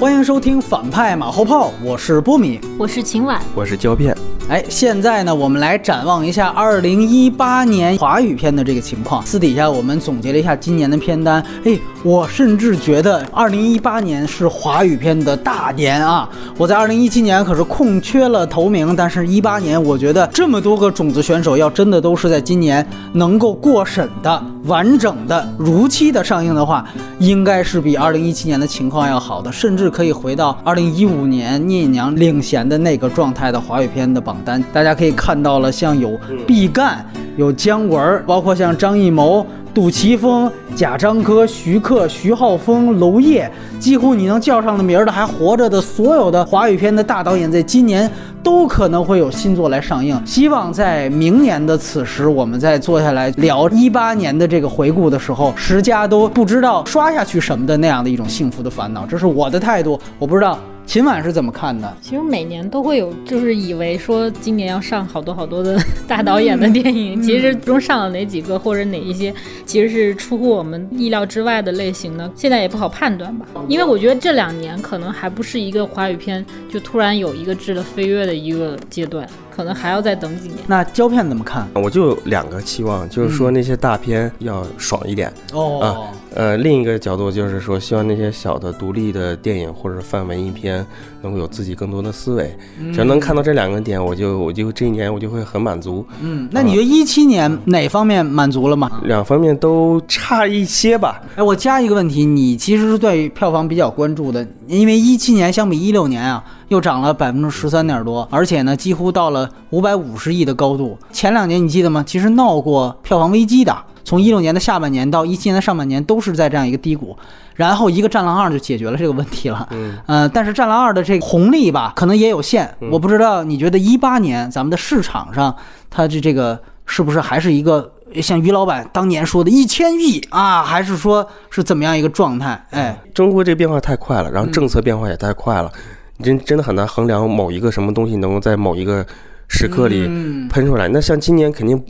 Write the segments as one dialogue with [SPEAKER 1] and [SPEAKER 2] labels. [SPEAKER 1] 欢迎收听《反派马后炮》，我是波米。
[SPEAKER 2] 我是秦婉，
[SPEAKER 3] 我是胶片，
[SPEAKER 1] 哎，现在呢，我们来展望一下二零一八年华语片的这个情况。私底下我们总结了一下今年的片单，哎，我甚至觉得二零一八年是华语片的大年啊！我在二零一七年可是空缺了头名，但是一八年我觉得这么多个种子选手，要真的都是在今年能够过审的、完整的、如期的上映的话，应该是比二零一七年的情况要好的，甚至可以回到二零一五年聂隐娘领衔的那个状态的华语片的榜单。大家可以看到了，像有毕赣、有姜文儿，包括像张艺谋、杜琪峰、贾樟柯、徐克、徐浩峰、娄烨，几乎你能叫上的名儿的还活着的所有的华语片的大导演，在今年都可能会有新作来上映。希望在明年的此时，我们再坐下来聊一八年的这个回顾的时候，十佳都不知道刷下去什么的那样的一种幸福的烦恼。这是我的态度，我不知道秦晚是怎么看的。
[SPEAKER 2] 其实每年都会有，就是以为说今年要上好多好多的 大导演的电影，其实中上了哪几个或者哪一些，其实是出乎我们意料之外的类型呢？现在也不好判断吧，因为我觉得这两年可能还不是一个华语片就突然有一个质的飞跃的一个阶段，可能还要再等几年。
[SPEAKER 1] 那胶片怎么看？
[SPEAKER 3] 我就有两个期望，就是
[SPEAKER 1] 嗯
[SPEAKER 3] 说那些大片要爽一点。
[SPEAKER 1] 哦，
[SPEAKER 3] 呃，另一个角度就是说，希望那些小的独立的电影或者泛文艺片能够有自己更多的思维。
[SPEAKER 1] 嗯
[SPEAKER 3] 只要能看到这两个点，我就我就这一年我就会很满足。
[SPEAKER 1] 嗯，那你觉得一七年哪方面满足了吗？
[SPEAKER 3] 两方面都差一些吧。
[SPEAKER 1] 哎，我加一个问题，你其实是对票房比较关注的，因为一七年相比一六年啊，又涨了百分之十三点多，而且呢，几乎到了五百五十亿的高度。前两年你记得吗？其实闹过票房危机的，从一六年的下半年到一七年的上半年都是在这样一个低谷，然后一个《战狼二》就解决了这个问题了。
[SPEAKER 3] 嗯，
[SPEAKER 1] 呃，但是《战狼二》的这个红利吧，可能也有限。我不知道你觉得一八年咱们的市场上，它的这个是不是还是一个像于老板当年说的一千亿啊，还是说是怎么样一个状态？哎，
[SPEAKER 3] 中国这个变化太快了，
[SPEAKER 1] 嗯
[SPEAKER 3] 然后政策变化也太快了，你真真的很难衡量某一个什么东西能够在某一个时刻里
[SPEAKER 1] 嗯
[SPEAKER 3] 喷出来。那像今年肯定，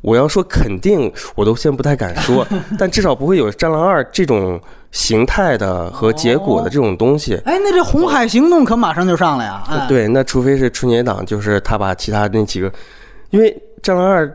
[SPEAKER 3] 我要说肯定，我都先不太敢 说，但至少不会有《战狼二》这种形态的和结果的这种东西。
[SPEAKER 1] 哎，那这《红海行动》可马上就上了呀！哎，，
[SPEAKER 3] 对，那除非是春节档，就是他把其他那几个，因为《战狼二》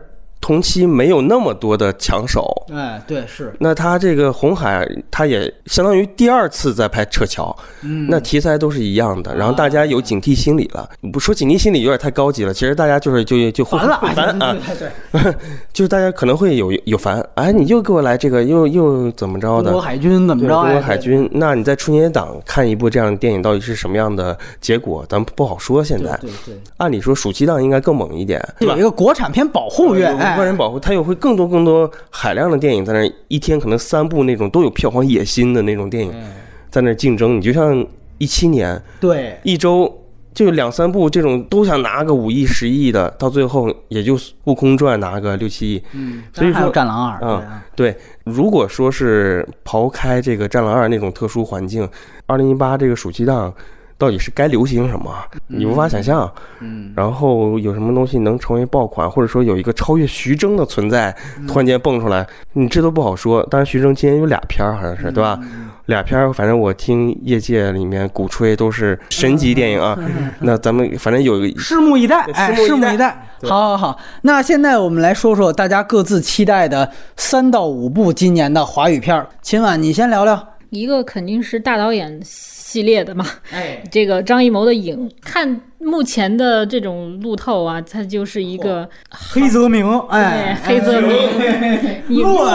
[SPEAKER 3] 同期没有那么多的抢手。
[SPEAKER 1] 哎，对，是，
[SPEAKER 3] 那他这个红海，他也相当于第二次在拍撤侨，
[SPEAKER 1] 嗯，
[SPEAKER 3] 那题材都是一样的，然后大家有警惕心理了。不说警惕心理有点太高级了，其实大家就是就就会
[SPEAKER 1] 完了，哎
[SPEAKER 3] 会烦啊，
[SPEAKER 1] 对对
[SPEAKER 3] 就是大家可能会有有烦，哎，你又给我来这个，又又怎么着
[SPEAKER 1] 中
[SPEAKER 3] 的
[SPEAKER 1] 国？海军怎么
[SPEAKER 3] 对
[SPEAKER 1] 着？
[SPEAKER 3] 中
[SPEAKER 1] 哎
[SPEAKER 3] 国海，军，那你在春节档看一部这样的电影，到底是什么样的结果？咱们不好说。现
[SPEAKER 1] 对
[SPEAKER 3] 在
[SPEAKER 1] 对对，
[SPEAKER 3] 按理说暑期档应该更猛一点，
[SPEAKER 1] 对有一个国产片保护月，
[SPEAKER 3] 有
[SPEAKER 1] 哎
[SPEAKER 3] 国，人保护，它又会更多更多海量的电影在那儿一天可能三部那种都有票房野心的那种电影
[SPEAKER 1] 嗯
[SPEAKER 3] 在那儿竞争。你就像一七年，
[SPEAKER 1] 哎对，
[SPEAKER 3] 一周就两三部这种都想拿个五亿、十亿的，到最后也就《悟空传》拿个六七亿。
[SPEAKER 1] 嗯，
[SPEAKER 3] 所
[SPEAKER 1] 当
[SPEAKER 3] 以
[SPEAKER 1] 然还有
[SPEAKER 3] 说
[SPEAKER 1] 《战狼二》
[SPEAKER 3] 嗯
[SPEAKER 1] 对啊
[SPEAKER 3] 对，如果说是刨开这个《战狼二》那种特殊环境，二零一八这个暑期档到底是该流行什么，你无法想象。
[SPEAKER 1] 嗯，
[SPEAKER 3] 然后有什么东西能成为爆款，或者说有一个超越徐峥的存在，突然间蹦出来，你这都不好说。当然，徐峥今年有俩片儿，好像是对吧？
[SPEAKER 1] 嗯
[SPEAKER 3] 俩片儿，反正我听业界里面鼓吹都是神级电影啊。那咱们反正有一个
[SPEAKER 1] 拭目以待，
[SPEAKER 3] 对
[SPEAKER 1] 哎，
[SPEAKER 3] 拭
[SPEAKER 1] 拭
[SPEAKER 3] 目以
[SPEAKER 1] 目
[SPEAKER 3] 待
[SPEAKER 1] 以待。
[SPEAKER 3] 对
[SPEAKER 1] 好好好，那现在我们来说说大家各自期待的三到五部今年的华语片儿。秦晚，你先聊聊。
[SPEAKER 2] 一个肯定是大导演系列的嘛，
[SPEAKER 1] 哎，
[SPEAKER 2] 这个张艺谋的影，看目前的这种路透啊，它就是一个
[SPEAKER 1] 黑泽明，哎，
[SPEAKER 2] 对黑泽明影
[SPEAKER 1] 诺，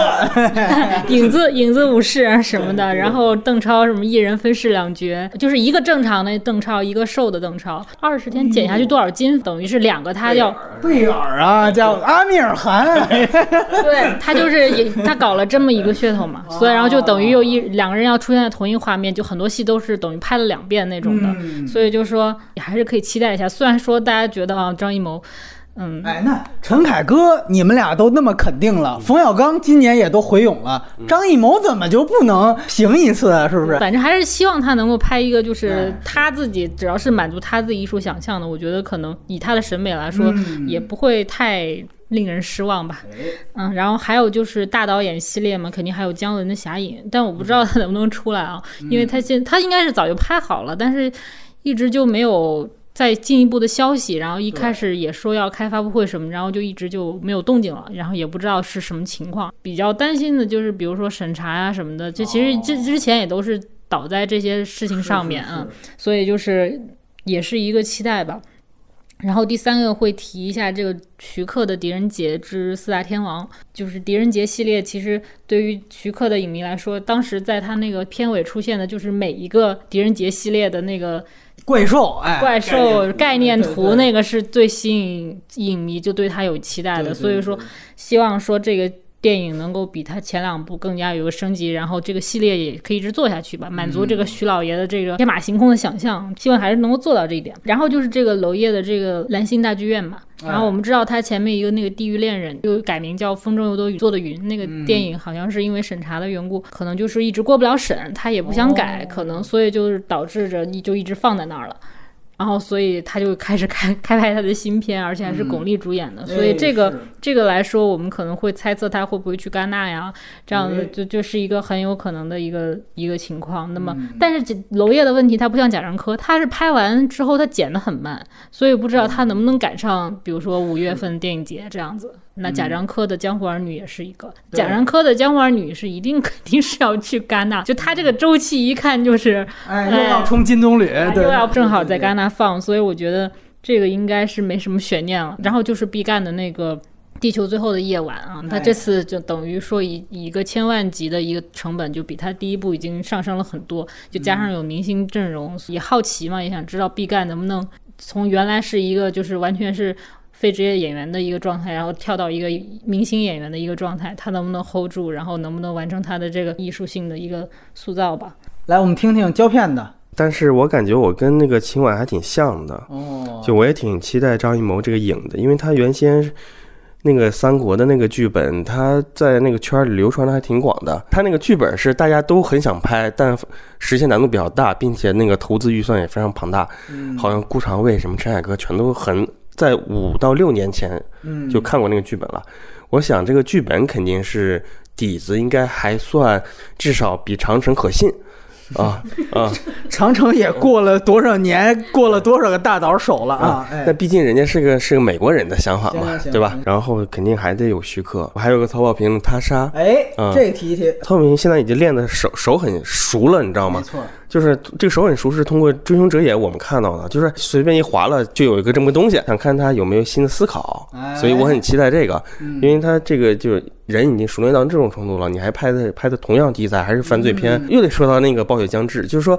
[SPEAKER 2] 影子影子武士啊什么的，然后邓超什么一人分饰两角，就是一个正常的邓超，一个瘦的邓超。二十天减下去多少斤？等于是两个他
[SPEAKER 1] 嗯
[SPEAKER 2] 要，
[SPEAKER 1] 贝尔啊，叫阿米尔汗，哎
[SPEAKER 2] 对他就是也他搞了这么一个噱 头嘛，所以然后就等于又一两个人要出现在同一画面，就很多戏都是等于拍了
[SPEAKER 1] 嗯
[SPEAKER 2] 嗯两遍那种的。所以就说也还是可以期待一下。虽然说大家觉得啊，张艺谋。嗯，
[SPEAKER 1] 哎，那陈凯歌你们俩都那么肯定了，冯小刚今年也都回勇了，
[SPEAKER 2] 嗯
[SPEAKER 1] 张艺谋怎么就不能行一次啊？是不是？
[SPEAKER 2] 反正还是希望他能够拍一个，就是
[SPEAKER 1] 哎
[SPEAKER 2] 他自己只要是满足他自己艺术想象的，我觉得可能以他的审美来说，
[SPEAKER 1] 嗯哎
[SPEAKER 2] 也不会太令人失望吧。嗯，然后还有就是大导演系列嘛，肯定还有姜文的《侠影》，但我不知道他能不能出来啊，因为他现他应该是早就拍好了，但是一直就没有。再进一步的消息，然后一开始也说要开发布会什么，然后就一直就没有动静了，然后也不知道是什么情况。比较担心的就是，比如说审查啊什么的，这其实这之前也都是倒在这些事情上面啊，所以就是也是一个期待吧。然后第三个会提一下这个徐克的《狄仁杰之四大天王》，就是《狄仁杰》系列。其实对于徐克的影迷来说，当时在他那个片尾出现的就是每一个狄仁杰系列的那个
[SPEAKER 1] 怪兽，哎，
[SPEAKER 2] 怪兽概念
[SPEAKER 1] 对对
[SPEAKER 2] 图，那个是最吸引影迷就对他有期待
[SPEAKER 1] 对
[SPEAKER 2] 的。
[SPEAKER 1] 对
[SPEAKER 2] 所以说
[SPEAKER 1] 对，
[SPEAKER 2] 希望说这个电影能够比它前两部更加有个升级，然后这个系列也可以一直做下去吧，满足这个徐老爷的这个天马行空的想象，希望还是能够做到这一点。然后就是这个娄烨的这个兰心大剧院嘛，然后我们知道他前面一个那个《地狱恋人》又改名叫《风中有朵雨做的云》，那个电影好像是因为审查的缘故，可能就是一直过不了审，他也不想改，可能所以就是导致着你就一直放在那儿了。然后，所以他就开始开 开拍他的新片，而且还是巩俐主演的。所
[SPEAKER 1] 哎
[SPEAKER 2] 以这个
[SPEAKER 1] 是
[SPEAKER 2] 这个来说，我们可能会猜测他会不会去戛纳呀？这样的
[SPEAKER 1] 嗯
[SPEAKER 2] 就就是一个很有可能的一个一个情况。那么，但是这娄烨的问题，他不像贾樟柯，他是拍完之后他剪得很慢，所以不知道他能不能赶上，比如说五月份电影节这样子。那贾樟柯的《江湖儿女》也是一个，
[SPEAKER 1] 对
[SPEAKER 2] 贾樟柯的《江湖儿女》是一定 肯定是要去戛纳，就他这个周期一看就是
[SPEAKER 1] 哎，又要冲金棕榈，对，
[SPEAKER 2] 啊哎又要正好在
[SPEAKER 1] 纳，
[SPEAKER 2] 戛纳放，所以我觉得这个应该是没什么悬念了。然后就是毕赣的那个。地球最后的夜晚啊，他
[SPEAKER 1] 哎
[SPEAKER 2] 这次就等于说以以一个千万级的一个成本，就比他第一部已经上升了很多，就加上有明星阵容，也好奇嘛，也想知道毕赣能不能从原来是一个就是完全是非职业演员的一个状态，然后跳到一个明星演员的一个状态，他能不能 hold 住，然后能不能完成他的这个艺术性的一个塑造吧？
[SPEAKER 1] 来，我们听听胶片的
[SPEAKER 3] 但是我感觉我跟那个秦晚还挺像的，
[SPEAKER 1] 哦，
[SPEAKER 3] 就我也挺期待张艺谋这个影的，因为他原先那个三国的那个剧本，他在那个圈里流传的还挺广的。他那个剧本是大家都很想拍，但实现难度比较大，并且那个投资预算也非常庞大，
[SPEAKER 1] 嗯
[SPEAKER 3] 好像顾长卫什么陈凯歌全都很在五到六年前
[SPEAKER 1] 嗯
[SPEAKER 3] 就看过那个剧本了。我想这个剧本肯定是底子应该还算，至少比长城可信啊啊。
[SPEAKER 1] 长城也过了多少年，过了多少个大导手了啊？哎啊
[SPEAKER 3] 那，毕竟人家是个是个美国人的想法
[SPEAKER 1] 行
[SPEAKER 3] 嘛
[SPEAKER 1] 了行，
[SPEAKER 3] 对吧
[SPEAKER 1] 了？
[SPEAKER 3] 然后肯定还得有徐克，我还有个曹保平他杀。
[SPEAKER 1] 哎，
[SPEAKER 3] 嗯
[SPEAKER 1] 这个提一提，
[SPEAKER 3] 曹保平现在已经练的手手很熟了，你知道
[SPEAKER 1] 没
[SPEAKER 3] 吗？
[SPEAKER 1] 错，
[SPEAKER 3] 就是这个手很熟是通过《追凶者也》我们看到的，就是随便一划了就有一个这么个东西，想看他有没有新的思考
[SPEAKER 1] 哎，
[SPEAKER 3] 所以我很期待这个，
[SPEAKER 1] 嗯
[SPEAKER 3] 因为他这个就是人已经熟练到这种程度了，你还拍的拍的同样题材还是犯罪
[SPEAKER 1] 嗯
[SPEAKER 3] 片，又得说到那个暴雪将至，就是说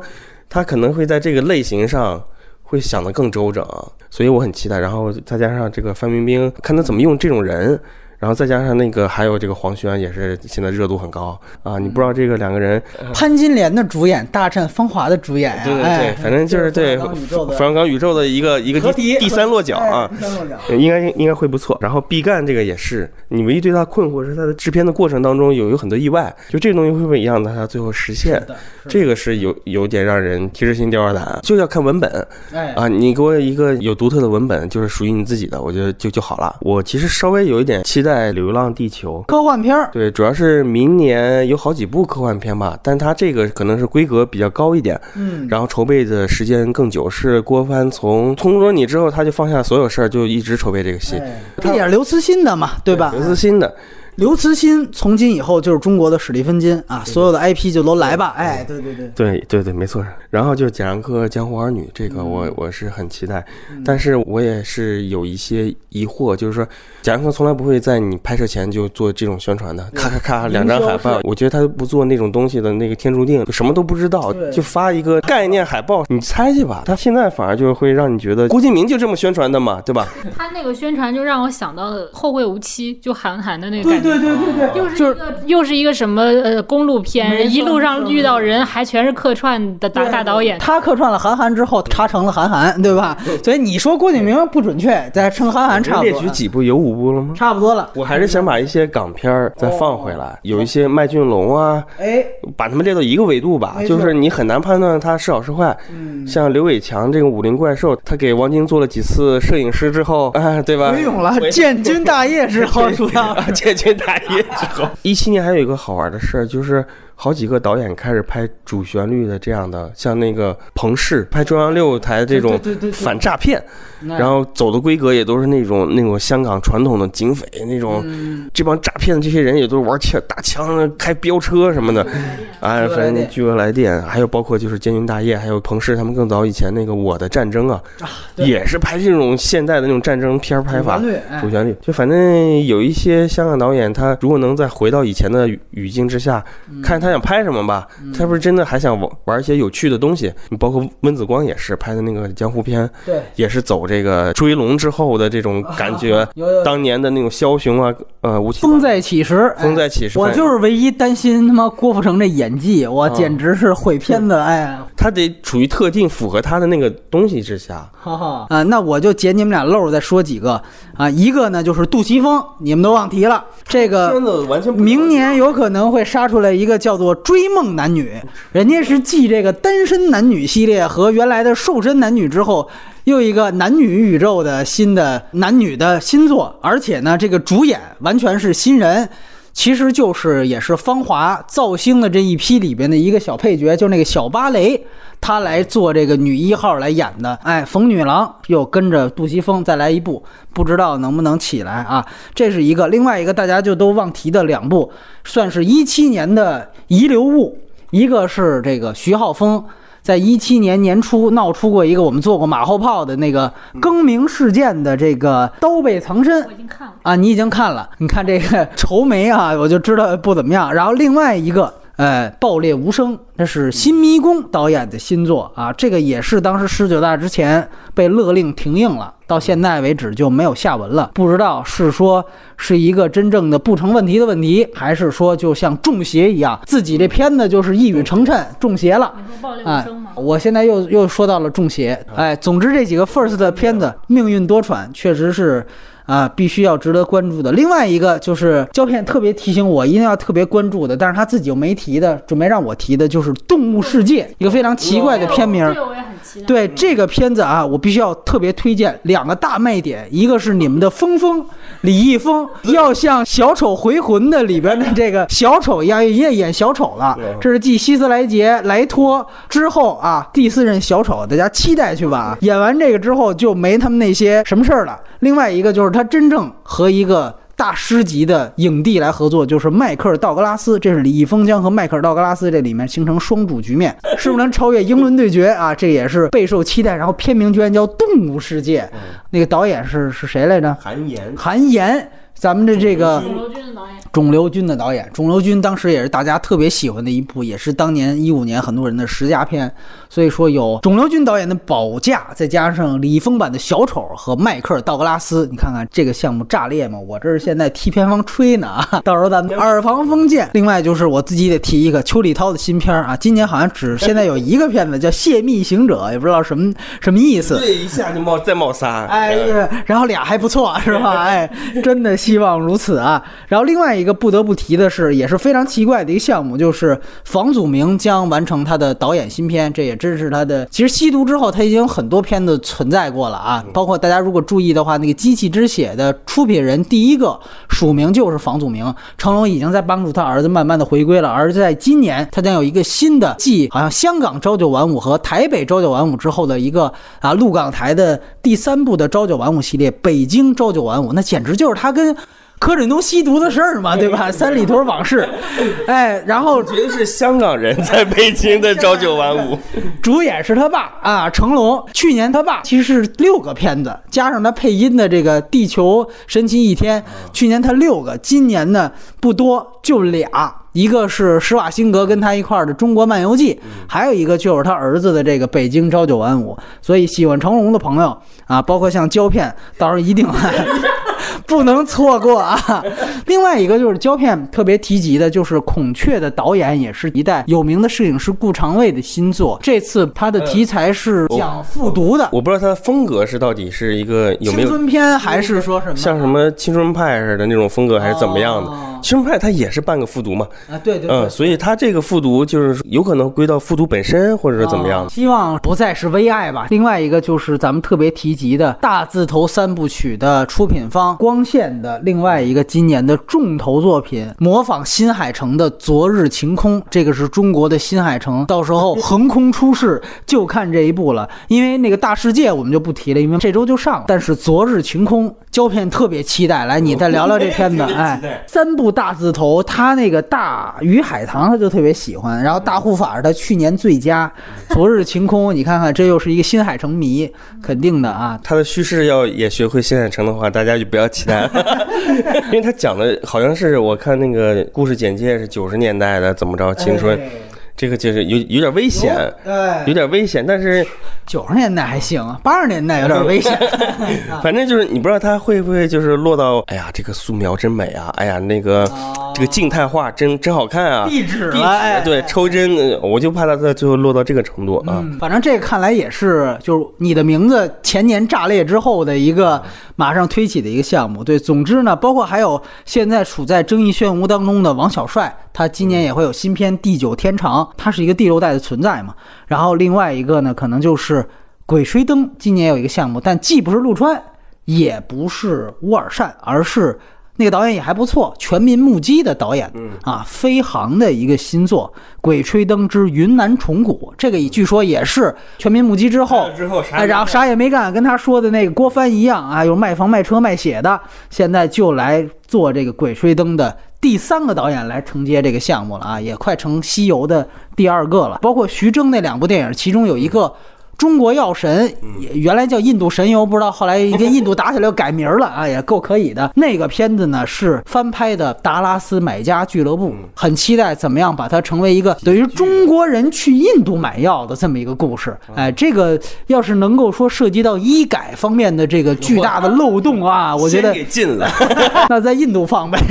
[SPEAKER 3] 他可能会在这个类型上。会想得更周整，所以我很期待。然后再加上这个范冰冰，看他怎么用这种人，然后再加上那个还有这个黄轩，也是现在热度很高啊。你不知道这个两个人
[SPEAKER 1] 潘金莲的主演，大战芳华的主演呀，
[SPEAKER 3] 嗯对对
[SPEAKER 1] 哎
[SPEAKER 3] 对，反正就是对
[SPEAKER 1] 冯小刚宇宙
[SPEAKER 3] 冯
[SPEAKER 1] 的
[SPEAKER 3] 小刚宇宙的一个一个
[SPEAKER 1] 嗯合
[SPEAKER 3] 第
[SPEAKER 1] 体
[SPEAKER 3] 第三落脚啊
[SPEAKER 1] 哎。第三落脚
[SPEAKER 3] 应该应该会不错，然后毕赣这个也是，你唯一对他困惑是他的制片的过程当中有有很多意外，就这个东西会不会影响到他最后实现
[SPEAKER 1] 是？的，是
[SPEAKER 3] 这个是有有点让人提着心吊着胆，就要看文本
[SPEAKER 1] 的哎，
[SPEAKER 3] 啊！你给我一个有独特的文本，就是属于你自己的，我觉得就就好了。我其实稍微有一点期待《流浪地球》，
[SPEAKER 1] 科幻片儿，
[SPEAKER 3] 对，主要是明年有好几部科幻片吧，但它这个可能是规格比较高一点，
[SPEAKER 1] 嗯，
[SPEAKER 3] 然后筹备的时间更久，是郭帆从《通过你》之后，他就放下所有事儿，就一直筹备这个戏，
[SPEAKER 1] 哎这也是刘慈欣的嘛，对吧
[SPEAKER 3] 刘？慈欣的。
[SPEAKER 1] 刘慈欣从今以后就是中国的史蒂芬金啊，所有的 IP 就都来吧，哎，对对对，
[SPEAKER 3] 对对对，没错。然后就是贾樟柯《江湖儿女》，这
[SPEAKER 1] 嗯
[SPEAKER 3] 个我、我是很期待，但是我也是有一些疑惑，就是说贾樟柯从来不会在你拍摄前就做这种宣传的，咔咔咔两张海报，我觉得他不做那种东西的那个天注定，就什么都不知道
[SPEAKER 1] 对，
[SPEAKER 3] 就发一个概念海报，你猜去吧。他现在反而就会让你觉得郭敬明就这么宣传的嘛，对吧？
[SPEAKER 2] 他那个宣传就让我想到了《后会无期》，就韩寒的那个
[SPEAKER 1] 对
[SPEAKER 2] 感觉，
[SPEAKER 1] 对对对对，
[SPEAKER 2] 又是
[SPEAKER 1] 就
[SPEAKER 2] 一
[SPEAKER 1] 是
[SPEAKER 2] 个又是一个什么呃公路
[SPEAKER 1] 没错
[SPEAKER 2] 片，一路上遇到人还全是客串的大
[SPEAKER 1] 对
[SPEAKER 2] 大导演，
[SPEAKER 1] 他客串了韩寒之后，他成了韩寒，对吧？所以你说郭敬明不准确，在称韩寒差不
[SPEAKER 3] 列
[SPEAKER 1] 多啊
[SPEAKER 3] 举
[SPEAKER 1] 了，
[SPEAKER 3] 几部有五部了吗？
[SPEAKER 1] 差不多了。
[SPEAKER 3] 我还是想把一些港片儿再放回
[SPEAKER 1] 哦
[SPEAKER 3] 来，有一些麦浚龙啊，
[SPEAKER 1] 哎，
[SPEAKER 3] 把他们列到一个维度吧，
[SPEAKER 1] 没错
[SPEAKER 3] 就是你很难判断他是好是坏。
[SPEAKER 1] 嗯，
[SPEAKER 3] 像刘伟强这个武林怪兽，他给王晶做了几次摄影师之后，啊，对吧？
[SPEAKER 1] 回勇了，建军大业之后主要
[SPEAKER 3] 啊，建军大业之后，一七年还有一个好玩的事儿，就是好几个导演开始拍主旋律的这样的，像那个彭氏拍中央六台这种
[SPEAKER 1] 对对对对
[SPEAKER 3] 反诈骗，
[SPEAKER 1] 那
[SPEAKER 3] 然后走的规格也都是那种那种香港传统的警匪那种，
[SPEAKER 1] 嗯
[SPEAKER 3] 这帮诈骗的这些人也都是玩枪打枪、开飙车什么的，
[SPEAKER 1] 嗯巨额来
[SPEAKER 3] 哎，反正
[SPEAKER 1] 电
[SPEAKER 3] 巨额来电，还有包括就是建军大业，还有彭氏他们更早以前那个《我的战争》啊，
[SPEAKER 1] 对
[SPEAKER 3] 也是拍这种现代的那种战争片儿拍法
[SPEAKER 1] 旋。律，哎
[SPEAKER 3] 主旋律就反正有一些香港导演，他如果能再回到以前的语语境之下，
[SPEAKER 1] 嗯
[SPEAKER 3] 看他想拍什么吧，他不是真的还想玩玩一些有趣的东西。你包括温子光也是拍的那个江湖片，
[SPEAKER 1] 对，啊
[SPEAKER 3] 也是走这个追龙之后的这种感觉，
[SPEAKER 1] 有有
[SPEAKER 3] 当年的那种枭雄啊，呃，吴奇
[SPEAKER 1] 风在起时，哎
[SPEAKER 3] 风在起时，啊
[SPEAKER 1] 我
[SPEAKER 3] 反正
[SPEAKER 1] 就是唯一担心他妈郭富城这演技，我简直是毁片子，哎，
[SPEAKER 3] 他得处于特定符合他的那个东西之下。
[SPEAKER 1] 哈哈啊，那我就截你们俩漏儿再说几个啊，一个呢就是杜琪峰，你们都忘提了，这个
[SPEAKER 3] 片子完全不
[SPEAKER 1] 明年有可能会杀出来一个叫做《追梦男女》，人家是继这个单身男女系列和原来的瘦身男女之后，又一个男女宇宙的新的男女的新作，而且呢，这个主演完全是新人。其实就是也是芳华造星的这一批里边的一个小配角，就是那个小芭蕾，她来做这个女一号来演的。哎，冯女郎又跟着杜琪峰再来一部，不知道能不能起来啊？这是一个，另外一个大家就都忘提的两部，算是一七年的遗留物，一个是这个徐浩峰。在一七年年初闹出过一个我们做过马后炮的那个更名事件的这个刀背藏身，
[SPEAKER 2] 我已经看了。
[SPEAKER 1] 啊，你已经看了，你看这个 愁眉啊，我就知道不怎么样。然后另外一个，呃，《爆裂无声》，这是新迷宫导演的新作啊，这个也是当时十九大之前被勒令停映了，到现在为止就没有下文了。不知道是说是一个真正的不成问题的问题，还是说就像中邪一样，自己这片子就是一语成谶，中邪了。
[SPEAKER 2] 你说爆裂
[SPEAKER 1] 哎
[SPEAKER 2] 无声吗？
[SPEAKER 1] 我现在又又说到了中邪，哎，总之这几个 first 的片子命运多舛，确实是啊、必须要值得关注的。另外一个就是胶片特别提醒我一定要特别关注的，但是他自己又没提的，准备让我提的就是《动物世界》，一个非常奇怪的哎片名
[SPEAKER 2] 哦这。个我也很期待。
[SPEAKER 1] 对这个片子啊，我必须要特别推荐两个大卖点，一个是你们的峰峰李易峰要像《小丑回魂》的里边的这个小丑一样，也演小丑了。这是继希斯莱杰、莱托之后啊，第四任小丑，大家期待去吧啊。演完这个之后就没他们那些什么事儿了。另外一个就是他真正和一个大师级的影帝来合作，就是迈克尔·道格拉斯，这是李易峰将和迈克尔·道格拉斯这里面形成双主局面，是不是能超越《英伦对决》啊？这也是备受期待。然后片名居然叫《动物世界》，那个导演是是谁来着？
[SPEAKER 3] 韩延
[SPEAKER 1] 韩延，咱们的这个。
[SPEAKER 2] 孔刘军的导演，
[SPEAKER 1] 肿瘤君的导演，肿瘤君当时也是大家特别喜欢的一部，也是当年一五年很多人的十佳片。所以说有肿瘤君导演的保驾，再加上李易峰版的小丑和迈克尔道格拉斯，你看看这个项目炸裂吗？我这是现在替片方吹呢啊，到时候咱们耳旁风见。另外就是我自己得提一个邱礼涛的新片儿啊，今年好像只现在有一个片子叫《泄密行者》，也不知道什么什么意思。
[SPEAKER 3] 对一下就冒再冒呃仨，
[SPEAKER 1] 哎呀，然后俩还不 错，是吧？哎，真的希望如此啊。然后另外一个不得不提的是，也是非常奇怪的一个项目，就是房祖名将完成他的导演新片，这也真是他的。其实吸毒之后，他已经有很多片子存在过了啊，包括大家如果注意的话，那个《机器之血》的出品人第一个署名就是房祖名，成龙已经在帮助他儿子慢慢的回归了，而在今年他将有一个新的继好像香港朝九晚五和台北朝九晚五之后的一个啊陆港台的第三部的朝九晚五系列，北京朝九晚五，那简直就是他跟。柯震东吸毒的事儿嘛，对吧？三里屯往事，哎，然后
[SPEAKER 3] 绝对是香港人在北京的朝九晚
[SPEAKER 1] 哎
[SPEAKER 3] 五。
[SPEAKER 1] 主演是他爸啊，成龙。去年他爸其实是六个片子，加上他配音的这个《地球神奇一天》，去年他六个，今年呢不多，就俩。一个是施瓦辛格跟他一块儿的《中国漫游记》，还有一个就是他儿子的这个《北京朝九晚五》。所以喜欢成龙的朋友啊，包括像胶片，到时候一定。 不能错过啊！另外一个就是胶片特别提及的，就是《孔雀》的导演也是一代有名的摄影师顾长卫的新作。这次他的题材是讲复读的，
[SPEAKER 3] 我不知道他的风格是到底是一个哦有没
[SPEAKER 1] 青
[SPEAKER 3] 有
[SPEAKER 1] 春片还是说什么？
[SPEAKER 3] 像什么青春派似的那种风格，还是怎么样的？
[SPEAKER 1] 哦
[SPEAKER 3] 青春派它也是半个复读嘛，
[SPEAKER 1] 啊，对对对
[SPEAKER 3] 嗯，。所以它这个复读就是有可能归到复读本身，或者是怎么样
[SPEAKER 1] 哦
[SPEAKER 3] 的。
[SPEAKER 1] 希望不再是微爱吧。另外一个就是咱们特别提及的大字头三部曲的出品方光线的另外一个今年的重头作品，模仿新海诚的《昨日晴空》，这个是中国的新海诚，到时候横空出世就看这一部了。因为那个大世界我们就不提了，因为这周就上了。但是《昨日晴空》胶片特别期待，来你再聊聊这片子，哎。三部大字头，他那个大鱼海棠他就特别喜欢，然后大护法是他去年最佳，
[SPEAKER 3] 嗯
[SPEAKER 1] 昨日晴空，你看看这又是一个新海诚迷，肯定的啊。
[SPEAKER 3] 它的叙事要也学会新海诚的话，大家就不要 期待了，因为它讲的好像是我看那个故事简介是九十年代的，怎么着 青春，这个就是有有点危险，
[SPEAKER 1] 哎，
[SPEAKER 3] 有点危险，但是
[SPEAKER 1] 九十年代还行啊，八十年代有点危 险。啊
[SPEAKER 3] 反正就是你不知道它会不会就是落到，哎呀，这个素描真美啊，哎呀，那个
[SPEAKER 1] 哦
[SPEAKER 3] 这个静态画真真好看啊，
[SPEAKER 1] 壁纸
[SPEAKER 3] 壁
[SPEAKER 1] 了，哎，
[SPEAKER 3] 对，抽帧，呃我就怕它在最后落到这个程度啊。
[SPEAKER 1] 嗯，反正这个看来也是，就是你的名字前年炸裂之后的一个马上推起的一个项目。对，总之呢，包括还有现在处在争议漩涡当中的王小帅，他今年也会有新片《地久天长》，他是一个第六代的存在嘛。然后另外一个呢，可能就是《鬼吹灯》，今年有一个项目，但既不是陆川，也不是乌尔善，而是那个导演也还不错，全民目击的导演，啊，飞航的一个新作《鬼吹灯之云南虫谷》，这个也据说也是全民目击之后，
[SPEAKER 3] 之后
[SPEAKER 1] 哎，然后啥也没干，跟他说的那个郭帆一样啊，有卖房卖车卖血的，现在就来做这个《鬼吹灯》的第三个导演来承接这个项目了啊，也快成西游的第二个了。包括徐峥那两部电影，其中有一个。中国药神也原来叫印度神游，不知道后来跟印度打起来又改名了啊，也够可以的。那个片子呢是翻拍的《达拉斯买家俱乐部》，很期待怎么样把它成为一个等于中国人去印度买药的这么一个故事。哎，这个要是能够说涉及到医改方面的这个巨大的漏洞啊，我觉得
[SPEAKER 3] 先给禁了，
[SPEAKER 1] 那在印度放呗。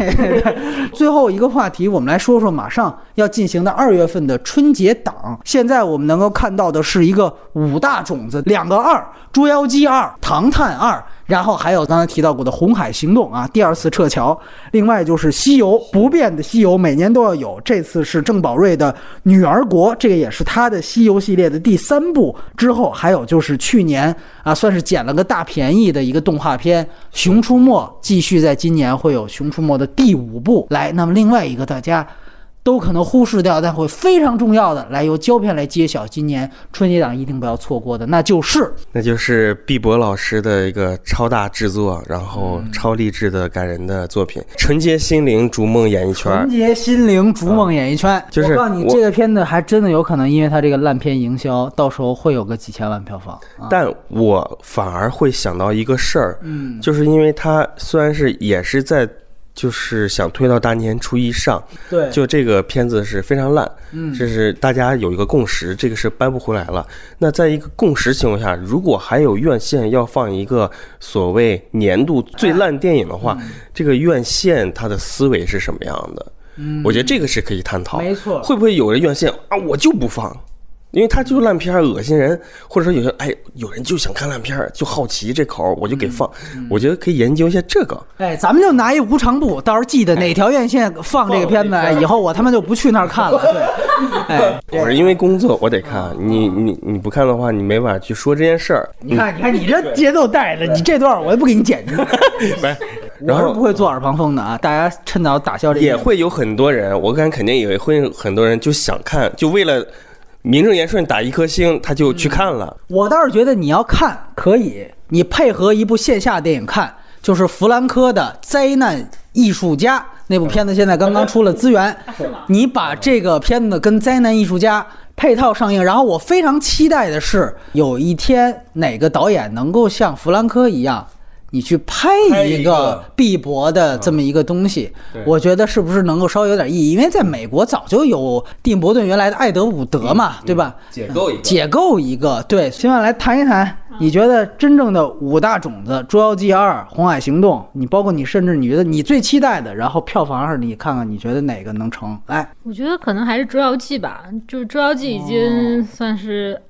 [SPEAKER 1] 最后一个话题，我们来说说马上要进行的二月份的春节档。现在我们能够看到的是一个五大种子，两个二，《捉妖记二》《唐探二》，然后还有刚才提到过的《红海行动》啊，第二次撤侨。另外就是《西游》，不变的《西游》，每年都要有。这次是郑宝瑞的《女儿国》，这个也是他的《西游》系列的第三部。之后还有就是去年啊，算是捡了个大便宜的一个动画片《熊出没》，继续在今年会有《熊出没》的第五部来。那么另外一个大家都可能忽视掉，但会非常重要的来由胶片来揭晓，今年春节档一定不要错过的，那就是
[SPEAKER 3] 那就是毕博老师的一个超大制作，然后超励志的、感人的作品，承接心灵逐梦演艺圈
[SPEAKER 1] 纯。洁心灵逐梦演艺圈。
[SPEAKER 3] 就是
[SPEAKER 1] 我告诉你，
[SPEAKER 3] 我
[SPEAKER 1] 这个片子还真的有可能因为它这个烂片营销，到时候会有个几千万票房啊。
[SPEAKER 3] 但我反而会想到一个事儿，
[SPEAKER 1] 嗯，
[SPEAKER 3] 就是因为它虽然是也是在，就是想推到大年初一上，
[SPEAKER 1] 对
[SPEAKER 3] 就这个片子是非常烂，
[SPEAKER 1] 嗯
[SPEAKER 3] 这是大家有一个共识，这个是扳不回来了。那在一个共识情况下，如果还有院线要放一个所谓年度最烂电影的话，这个院线它的思维是什么样的？
[SPEAKER 1] 嗯
[SPEAKER 3] 我觉得这个是可以探讨。
[SPEAKER 1] 没错，
[SPEAKER 3] 会不会有人院线啊，我就不放，因为他就是烂片儿，恶心人，或者说有些哎，有人就想看烂片儿，就好奇这口儿，我就
[SPEAKER 1] 嗯
[SPEAKER 3] 给放。我觉得可以研究一下这个。
[SPEAKER 1] 哎，咱们就拿一无常簿，到时候记得哪条院线哎放这个片子，哎以后我他妈就不去那儿看了。对， 哎，
[SPEAKER 3] 我是因为工作，我得看你，你你不看的话，你没法去说这件事儿。
[SPEAKER 1] 你看，你看，你这节奏带的，你这段我也不给你剪 进去，
[SPEAKER 3] 来，然
[SPEAKER 1] 我是不
[SPEAKER 3] 后
[SPEAKER 1] 会做耳旁风的啊！大家趁早打消这个
[SPEAKER 3] 也会有很多人，我敢肯定也会有很多人就想看，就为了名正言顺打一颗星，他就去看了。
[SPEAKER 1] 我倒是觉得你要看可以，你配合一部线下电影看，就是弗兰科的《灾难艺术家》那部片子，现在刚刚出了资 源。你把这个片子跟《灾难艺术家》配套上映，然后我非常期待的是，有一天哪个导演能够像弗兰科一样。你去拍
[SPEAKER 3] 拍
[SPEAKER 1] 一
[SPEAKER 3] 一
[SPEAKER 1] 个
[SPEAKER 3] 个嗯
[SPEAKER 1] 碧波的这么一个东西，
[SPEAKER 3] 对
[SPEAKER 1] 我觉得是不是能够稍微有点意义？因为在美国早就有蒂姆伯顿原来的艾德伍德嘛，
[SPEAKER 3] 嗯
[SPEAKER 1] 对吧？
[SPEAKER 3] 解
[SPEAKER 2] 嗯
[SPEAKER 3] 构一个
[SPEAKER 1] 解构一个，对，接下来谈一谈，你觉得真正的五大种子《捉妖记二》《红海行动》，你包括你甚至你觉得你最期待的，然后票房上你看看你觉得哪个能成？来，
[SPEAKER 2] 我觉得可能还是《捉妖记》吧，就是《捉妖记》已
[SPEAKER 1] 哦
[SPEAKER 2] 经算是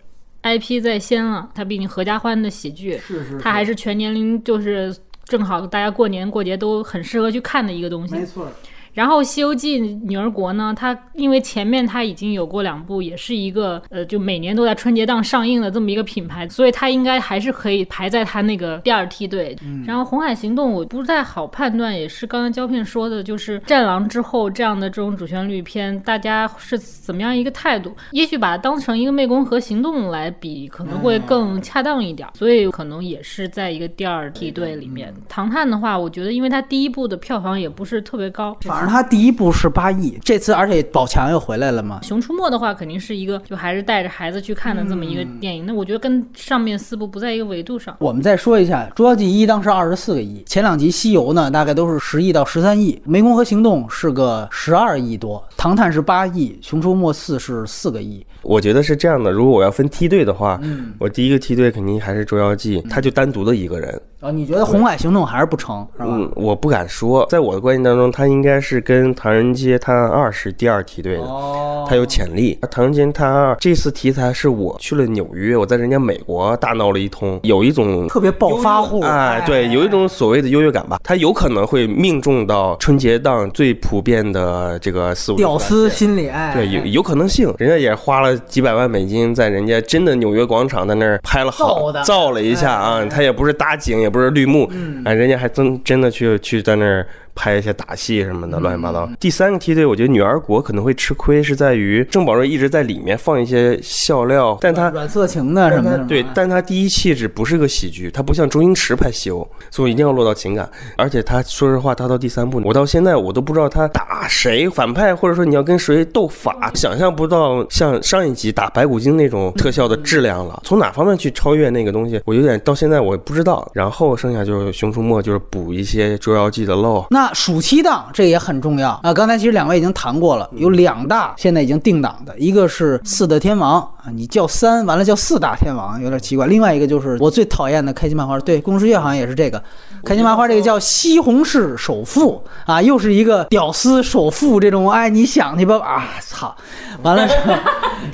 [SPEAKER 2] IP 在先了，它毕竟合家欢的喜剧，
[SPEAKER 1] 是是
[SPEAKER 2] 它还是全年龄，就是正好大家过年过节都很适合去看的一个东西。
[SPEAKER 1] 错，
[SPEAKER 2] 然后《西游记》女儿国呢，它因为前面它已经有过两部，也是一个呃，就每年都在春节档上映的这么一个品牌，所以它应该还是可以排在它那个第二梯队。然后《红海行动》我不太好判断，也是刚才胶片说的，就是《战狼》之后这样的这种主旋律片，大家是怎么样一个态度？也许把它当成一个《湄公河行动》来比，可能会更恰当一点儿。所以可能也是在一个第二梯队里面。唐探的话，我觉得因为它第一部的票房也不是特别高，
[SPEAKER 1] 反正他第一部是八亿，这次而且宝强又回来了嘛，
[SPEAKER 2] 《熊出没》的话，肯定是一个就还是带着孩子去看的这么一个电影。那我觉得跟上面四部不在一个维度上。
[SPEAKER 1] 我们再说一下，《捉妖记一》当时二十四个亿，前两集《西游》呢，大概都是十亿到十三亿，《湄公河行动》是个十二亿多，《唐探》是八亿，《熊出没四》是四个亿。
[SPEAKER 3] 我觉得是这样的，如果我要分梯队的话，
[SPEAKER 1] 嗯
[SPEAKER 3] 我第一个梯队肯定还是《捉妖记》，他就单独的一个人。
[SPEAKER 1] 啊，你觉得《红海行动》还是不成，是吧？
[SPEAKER 3] 嗯，我不敢说，在我的观念当中，他应该是跟《唐人街探案二》是第二梯队的。
[SPEAKER 1] 哦
[SPEAKER 3] 它有潜力。《唐人街探案二》这次题材是我去了纽约，我在人家美国大闹了一通，有一种
[SPEAKER 1] 特别暴发户，
[SPEAKER 3] 哎，对，有一种所谓的优越感吧，它有可能会命中到春节档最普遍的这个四五十
[SPEAKER 1] 屌
[SPEAKER 3] 岁
[SPEAKER 1] 丝心理，哎，
[SPEAKER 3] 对，有有可能性，人家也花了几百万美金，在人家真的纽约广场在那儿拍了
[SPEAKER 1] 造
[SPEAKER 3] 好
[SPEAKER 1] 的哎嗯
[SPEAKER 3] 造了一下啊，他也不是搭景，也不是绿幕，哎，人家还真真的去去在那儿拍一些打戏什么的，乱七八糟。
[SPEAKER 1] 嗯
[SPEAKER 3] 第三个梯队，我觉得女儿国可能会吃亏，是在于郑宝瑞一直在里面放一些笑料，但他
[SPEAKER 1] 哎软色情的什么的，
[SPEAKER 3] 对，但他第一气质不是个喜剧，他不像周星驰拍《西游》，所以一定要落到情感。而且他说实话，他到第三部，我到现在我都不知道他打谁反派，或者说你要跟谁斗法，想象不到像上一集打白骨精那种特效的质量了。从哪方面去超越那个东西，我有点到现在我不知道。然后剩下就是《熊出没》，就是补一些《捉妖记》的漏。
[SPEAKER 1] 那暑期档这也很重要啊！刚才其实两位已经谈过了，有两大现在已经定档的，一个是《四大天王》啊，你叫三，完了叫四大天王，有点奇怪。另外一个就是我最讨厌的开心麻花，对，《公司月》好像也是这个。开心麻花这个叫西红柿首富啊，又是一个屌丝首富这种，哎，你想去吧啊，操，完了。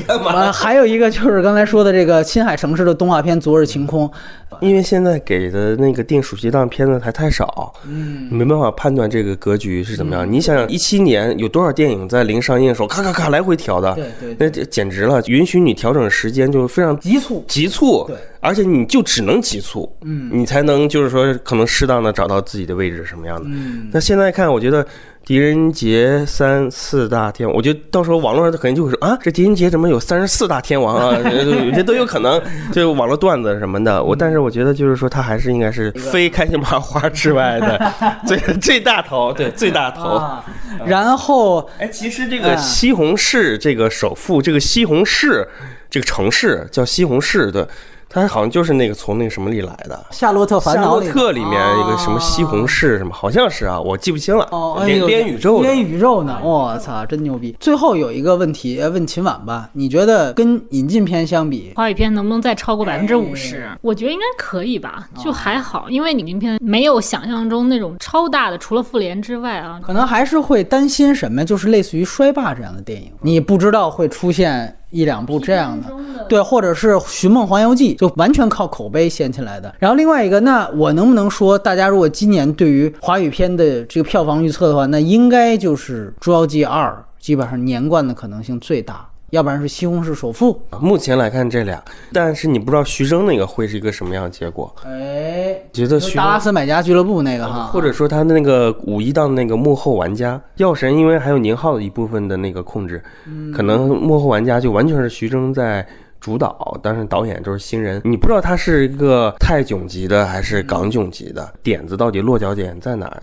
[SPEAKER 1] 完了，还有一个就是刚才说的这个《新海诚市》的动画片《昨日晴空》，
[SPEAKER 3] 因为现在给的那个定暑期档片子还太少，嗯，没办法判断这个格局是怎么样。你想想，一七年有多少电影在临上映的时候咔咔咔来回调的？
[SPEAKER 1] 嗯对对对
[SPEAKER 3] 那这简直了！允许你调整时间就非常
[SPEAKER 1] 急促
[SPEAKER 3] 急促，
[SPEAKER 1] 对，
[SPEAKER 3] 而且你就只能急促，嗯，你才能就是说可能适当的找到自己的位置是什么样的。嗯，那现在看，我觉得。狄仁杰三四大天王，我觉得到时候网络上肯定就会说啊，这狄仁杰怎么有三十四大天王啊？ 这都有可能，就网络段子什么的。我
[SPEAKER 1] 嗯
[SPEAKER 3] 但是我觉得就是说，他还是应该是非开心麻花之 外的最最大头，对最大头。
[SPEAKER 1] 啊，然后
[SPEAKER 3] 哎，其实这
[SPEAKER 1] 哎
[SPEAKER 3] 个西红柿这个首富，这个西红柿这个城市叫西红柿，对，它好像就是那个从那个什么里来的。
[SPEAKER 1] 《夏洛特烦
[SPEAKER 3] 夏
[SPEAKER 1] 恼》
[SPEAKER 3] 洛特里面一个什么西红柿什么，好像是啊，我记不清了。
[SPEAKER 1] 哦，哎
[SPEAKER 3] 连
[SPEAKER 1] 呦
[SPEAKER 3] 连宇宙的哎
[SPEAKER 1] 连宇宙呢，我操，真牛逼！最后有一个问题，呃问秦晚吧，你觉得跟引进片相比，
[SPEAKER 2] 华语片能不能再超过百分之五十？我觉得应该可以吧，就还好，因为你名片没有想象中那种超大的，除了复联之外啊，
[SPEAKER 1] 可能还是会担心什么，就是类似于《摔霸》这样的电影，你不知道会出现一两部这样的。对，或者是《寻梦环游记》，就完全靠口碑掀起来的。然后另外一个，那我能不能说，大家如果今年对于华语片的这个票房预测的话，那应该就是《捉妖记二》基本上年冠的可能性最大，要不然是《西红柿首富》。
[SPEAKER 3] 目前来看这俩，但是你不知道徐峥那个会是一个什么样的结果。
[SPEAKER 1] 哎，
[SPEAKER 3] 觉
[SPEAKER 1] 就
[SPEAKER 3] 得徐
[SPEAKER 1] 达拉
[SPEAKER 3] 峥，
[SPEAKER 1] 斯买家俱乐部那个哈，
[SPEAKER 3] 或者说他的那个五一档那个幕后玩家，药神因为还有宁浩的一部分的那个控制，可能幕后玩家就完全是徐峥在。主导，但是导演都是新人，你不知道他是一个泰囧级的还是港囧级的，点子到底落脚点在哪儿？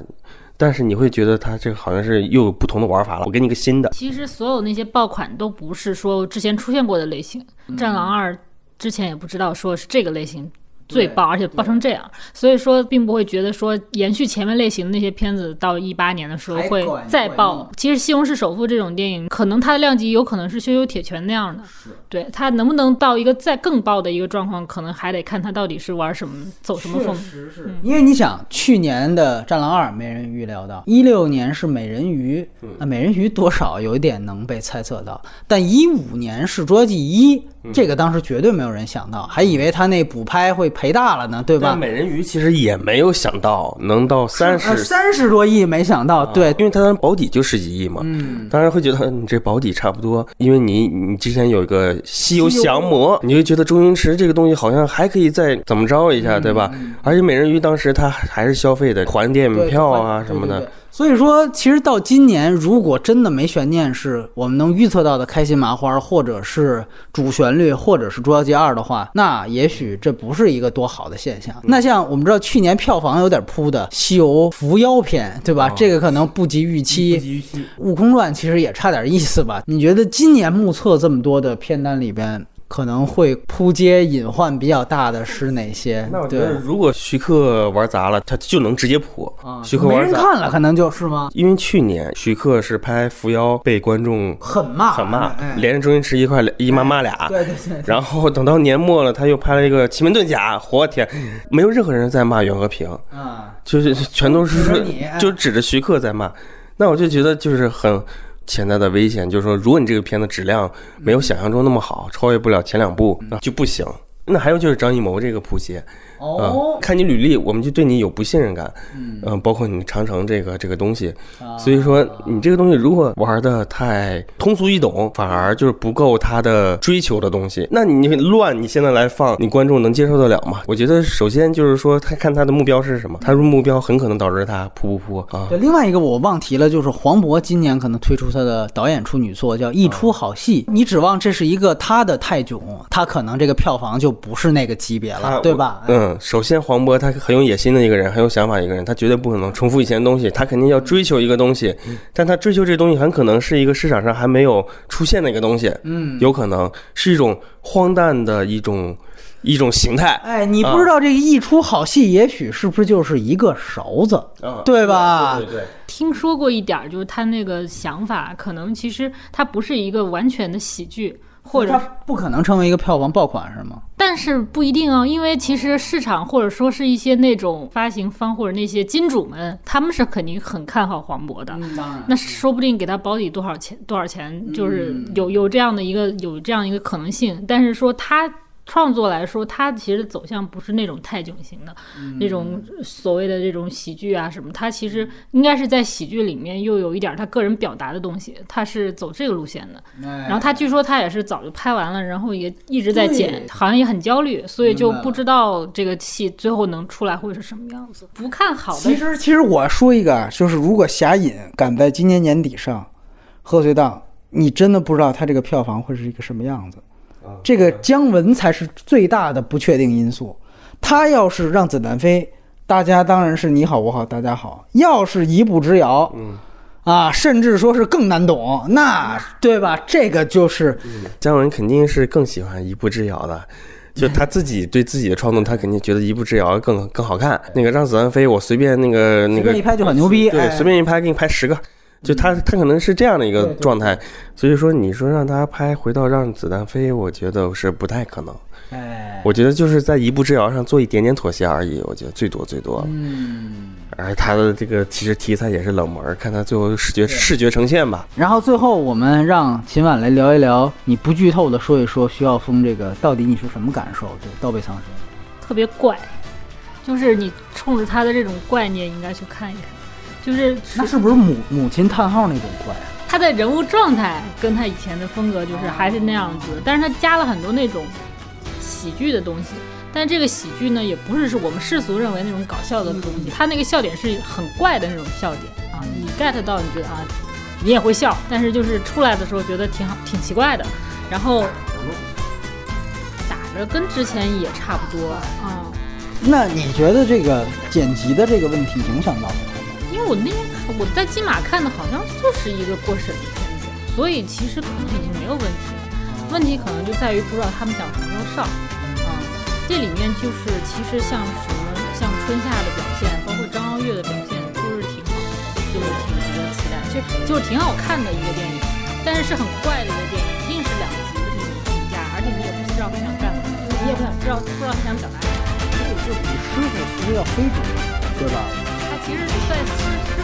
[SPEAKER 3] 但是你会觉得他这个好像是又有不同的玩法了。我给你个新的，
[SPEAKER 2] 其实所有那些爆款都不
[SPEAKER 1] 嗯
[SPEAKER 2] 是说之前出现过的类型，《战狼二》之前也不知道说是这个类型。最爆，而且爆成这样，所以说并不会觉得说延续前面类型的那些片子到一八年的时候
[SPEAKER 1] 还
[SPEAKER 2] 会
[SPEAKER 1] 管
[SPEAKER 2] 再
[SPEAKER 1] 管
[SPEAKER 2] 爆
[SPEAKER 1] 用。
[SPEAKER 2] 其实《西红柿首富》这种电影，可能它的量级有可能是《羞羞铁拳》那样的，对它能不能到一个再更爆的一个状况，可能还得看它到底是玩什么、走什么风。嗯
[SPEAKER 1] 实是，因为你想，去年的《战狼二》没人预料到，一六年是《美人鱼》，啊，《美人鱼》多少有一点能被猜测到，但一五年是《捉妖记一》，这个当时绝对没有人想到，还以为他那补拍会赔大了呢，对吧
[SPEAKER 3] 但？美人鱼其实也没有想到能到三十，
[SPEAKER 1] 三十多亿，没想到，对，
[SPEAKER 3] 因为它当时保底就十几亿嘛，嗯，当然会觉得嗯你这保底差不多，因为你你之前有一个西游降魔，你就觉得周星驰这个东西好像还可以再怎么着一下，对吧？而且美人鱼当时它还是消费的，还电影
[SPEAKER 1] 嗯对
[SPEAKER 3] 票啊
[SPEAKER 1] 对
[SPEAKER 3] 什么
[SPEAKER 1] 对
[SPEAKER 3] 的
[SPEAKER 1] 对，所以说，其实到今年，如果真的没悬念，是我们能预测到的开心麻花，或者是主旋律，或者是《捉妖记二》的话，那也许这不是一个多好的现象。
[SPEAKER 3] 嗯
[SPEAKER 1] 那像我们知道去年票房有点扑
[SPEAKER 3] 哦
[SPEAKER 1] 的《西游伏妖篇》，对吧？这个可能不及预
[SPEAKER 3] 嗯
[SPEAKER 1] 期。悟空传》其实也差点意思吧？你觉得今年目测这么多的片单里边，可能会扑街隐患比较大的是哪些？
[SPEAKER 3] 那我觉
[SPEAKER 1] 对
[SPEAKER 3] 得，如果徐克玩砸了，他就能直接扑。
[SPEAKER 1] 啊，
[SPEAKER 3] 徐克
[SPEAKER 1] 没
[SPEAKER 3] 玩
[SPEAKER 1] 人
[SPEAKER 3] 砸，
[SPEAKER 1] 看了，可能就是吗？
[SPEAKER 3] 因为去年徐克是拍《扶摇》被观众
[SPEAKER 1] 很骂，
[SPEAKER 3] 很骂嗯
[SPEAKER 1] 哎，
[SPEAKER 3] 连着周星驰一块一骂骂俩。
[SPEAKER 1] 对对对，
[SPEAKER 3] 然后等到年末了，他又拍了一个《奇门遁甲》，我天，没有任何人在骂袁和平，
[SPEAKER 1] 啊，
[SPEAKER 3] 就是全都是
[SPEAKER 1] 指
[SPEAKER 3] 说
[SPEAKER 1] 着你哎
[SPEAKER 3] 就指着徐克在骂。那我就觉得就是很潜在的危险，就是说，如果你这个片的质量没有想象中那么好，超越不了前两部，那就不行。那还有就是张艺谋这个扑街，
[SPEAKER 1] 哦
[SPEAKER 3] 嗯，，看你履历，我们就对你有不信任感，嗯、包括你长城这个这个东西，所以说你这个东西如果玩的太通俗易懂，反而就是不够他的追求的东西。那你乱，你现在来放，你观众能接受得了吗？我觉得首先就是说，他看他的目标是什么，他如目标很可能导致他扑扑扑啊。
[SPEAKER 1] 对，另外一个我忘提了，就是黄渤今年可能推出他的导演处女作，叫《一出好戏》。
[SPEAKER 3] 嗯
[SPEAKER 1] 你指望这是一个他的泰囧，他可能这个票房就不是那个级别
[SPEAKER 3] 他
[SPEAKER 1] 了，对吧？
[SPEAKER 3] 嗯，首先黄渤他很有野心的一个人，很有想法一个人，他绝对不可能重复以前的东西，他肯定要追求一个东西，但他追求这东西很可能是一个市场上还没有出现的一个东西，嗯，有可能是一种荒诞的一种一种形态，
[SPEAKER 1] 哎，你不知道这个一出好戏，也许是不是就是一个勺子，
[SPEAKER 3] 啊
[SPEAKER 1] 对吧？
[SPEAKER 3] 对对，
[SPEAKER 2] 听说过一点儿，就是他那个想法，可能其实它不是一个完全的喜剧，或者
[SPEAKER 1] 它不可能成为一个票房爆款，是吗？
[SPEAKER 2] 但是不一定哦，因为其实市场或者说是一些那种发行方或者那些金主们，他们是肯定很看好黄渤的。
[SPEAKER 1] 当然
[SPEAKER 2] 那说不定给他保底多少钱，多少钱就是有有这样的一个有这样一个可能性。但是说他创作来说，他其实走向不是那种泰囧型的，那种所谓的这种喜剧啊什么，他其实应该是在喜剧里面又有一点儿他个人表达的东西，他是走这个路线的。
[SPEAKER 1] 哎
[SPEAKER 2] 然后他据说他也是早就拍完了，然后也一直在剪
[SPEAKER 1] 对，
[SPEAKER 2] 好像也很焦虑，所以就
[SPEAKER 1] 明白了
[SPEAKER 2] 不知道这个戏最后能出来会是什么样子。不看好的
[SPEAKER 4] 其实，其实我说一个，啊，就是如果侠隐赶在今年年底上，贺岁档，你真的不知道它这个票房会是一个什么样子。
[SPEAKER 2] 啊
[SPEAKER 4] 这个姜文才是最大的不确定因素。他要是让子弹飞，大家当然是你好我好大家好；要是一步之遥，嗯，啊，甚至说是更难懂，那对吧？这个就是
[SPEAKER 3] 姜文肯定是更喜欢一步之遥 的。就他自己对自己的创作，他肯定觉得一步之遥更更好看。那个让子弹飞，我随便那个那
[SPEAKER 1] 随
[SPEAKER 3] 个
[SPEAKER 1] 便一拍就很牛逼，
[SPEAKER 3] 对，
[SPEAKER 1] 哎嗯
[SPEAKER 3] 随便一拍给你拍十个，就他他可能是这样的一个状态，所以说你说让他拍回到让子弹飞，我觉得是不太可能。
[SPEAKER 1] 哎，
[SPEAKER 3] 我觉得就是在一步之遥上做一点点妥协而已，我觉得最多最多。嗯，而他的这个其实题材也是冷门，看他最后视觉视觉呈现吧。
[SPEAKER 1] 然后最后我们让秦晚来聊一聊，你不剧透的说一说徐晓峰这个到底你是什么感受？对，倒背藏身。
[SPEAKER 2] 特别怪，就是你冲着他的这种怪念应该去看一看，就是
[SPEAKER 1] 那是不是母母亲叹号那种怪、啊？
[SPEAKER 2] 他的人物状态跟他以前的风格就是还是那样子，但是他加了很多那种喜剧的东西。但这个喜剧呢，也不是是我们世俗认为那种搞笑的东西，他那个笑点是很怪的那种笑点啊，你 get 到你觉得啊，你也会笑，但是就是出来的时候觉得挺好，挺奇怪的。然后打着跟之前也差不多啊，
[SPEAKER 1] 那你觉得这个剪辑的这个问题影响到了他吗？
[SPEAKER 2] 因为我那天看我在金马看的好像就是一个过审的片子，所以其实可能已经没有问题了，问题可能就在于不知道他们想什么时候上。嗯，这里面就是其实像什么像春夏的表现，包括张皓月的表现，都是挺好的，就是挺值得期待，就就是挺好看的一个电影，但是是很怪的一个电影，一定是两极的那种评价，而且你也不知道他想干嘛，你也不想知道不知道他想表达什么。
[SPEAKER 4] 就比师傅其实要非主流，对吧？
[SPEAKER 2] 他其实是在师师